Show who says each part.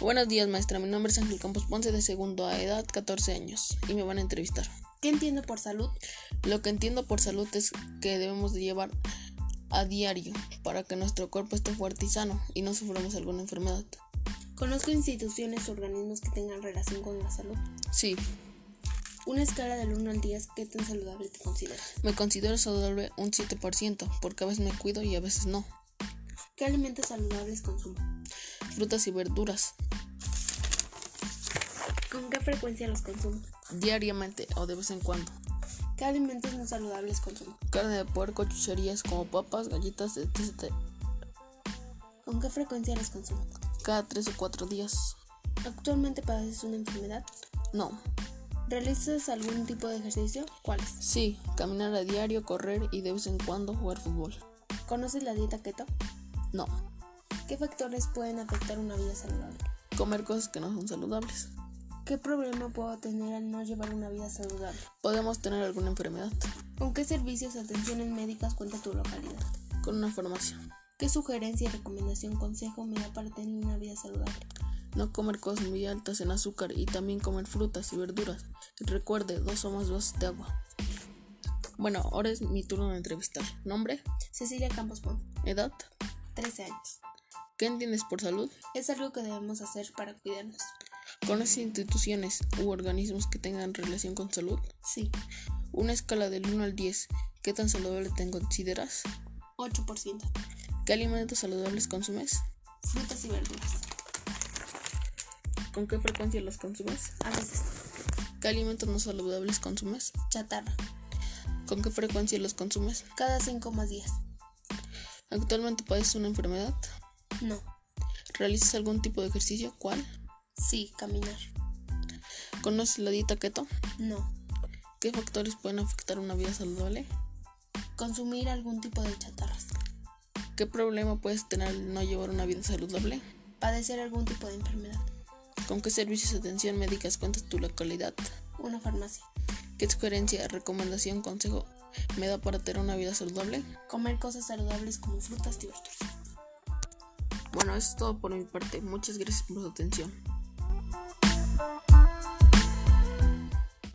Speaker 1: Buenos días, maestra. Mi nombre es Ángel Campos Ponce, de segundo a edad, 14 años, y me van a entrevistar.
Speaker 2: ¿Qué entiendo por salud?
Speaker 1: Lo que entiendo por salud es que debemos de llevar a diario para que nuestro cuerpo esté fuerte y sano y no suframos alguna enfermedad.
Speaker 2: ¿Conozco instituciones o organismos que tengan relación con la salud?
Speaker 1: Sí,
Speaker 2: Una escala del 1 al 10, ¿qué tan saludable te consideras?
Speaker 1: me considero saludable un 7% porque a veces me cuido y a veces no.
Speaker 2: ¿Qué alimentos saludables consumo?
Speaker 1: Frutas y verduras,
Speaker 2: ¿Con qué frecuencia los consumo?
Speaker 1: diariamente o de vez en cuando.
Speaker 2: ¿Qué alimentos no saludables consumo?
Speaker 1: Carne de puerco, chucherías como papas, galletas, etc.
Speaker 2: ¿Con qué frecuencia los consumo?
Speaker 1: Cada 3 o 4 días.
Speaker 2: ¿Actualmente padeces una enfermedad?
Speaker 1: No.
Speaker 2: ¿Realizas algún tipo de ejercicio? ¿Cuáles?
Speaker 1: Sí, caminar a diario, correr y de vez en cuando jugar fútbol.
Speaker 2: ¿Conoces la dieta keto?
Speaker 1: No.
Speaker 2: ¿Qué factores pueden afectar una vida saludable?
Speaker 1: Comer cosas que no son saludables.
Speaker 2: ¿Qué problema puedo tener al no llevar una vida saludable?
Speaker 1: Podemos tener alguna enfermedad
Speaker 2: ¿Con qué servicios o atenciones médicas cuenta tu localidad?
Speaker 1: con una farmacia.
Speaker 2: ¿Qué sugerencia, recomendación, consejo me da para tener una vida saludable?
Speaker 1: No comer cosas muy altas en azúcar y también comer frutas y verduras. Y recuerde, dos o más vasos de agua. Bueno, ahora es mi turno de entrevistar. Nombre,
Speaker 2: Cecilia Campos Pons,
Speaker 1: edad,
Speaker 2: 13 años.
Speaker 1: ¿qué entiendes por salud?
Speaker 2: Es algo que debemos hacer para cuidarnos.
Speaker 1: ¿Conoces instituciones u organismos que tengan relación con salud?
Speaker 2: Sí,
Speaker 1: Una escala del 1 al 10, ¿qué tan saludable te consideras?
Speaker 2: 8%.
Speaker 1: ¿Qué alimentos saludables consumes?
Speaker 2: Frutas y verduras.
Speaker 1: ¿Con qué frecuencia los consumes?
Speaker 2: A veces,
Speaker 1: ¿Qué alimentos no saludables consumes?
Speaker 2: chatarra.
Speaker 1: ¿Con qué frecuencia los consumes?
Speaker 2: Cada 5 más 10.
Speaker 1: ¿Actualmente padeces una enfermedad?
Speaker 2: No.
Speaker 1: ¿Realizas algún tipo de ejercicio? ¿Cuál?
Speaker 2: Sí, caminar.
Speaker 1: ¿Conoces la dieta keto?
Speaker 2: No.
Speaker 1: ¿Qué factores pueden afectar una vida saludable?
Speaker 2: Consumir algún tipo de chatarras.
Speaker 1: ¿Qué problema puedes tener al no llevar una vida saludable?
Speaker 2: Padecer algún tipo de enfermedad.
Speaker 1: ¿Con qué servicios de atención médicas cuentas tu localidad?
Speaker 2: Una farmacia.
Speaker 1: ¿Qué sugerencia, recomendación, consejo me da para tener una vida saludable?
Speaker 2: Comer cosas saludables como frutas y verduras.
Speaker 1: Bueno, eso es todo por mi parte. Muchas gracias por su atención.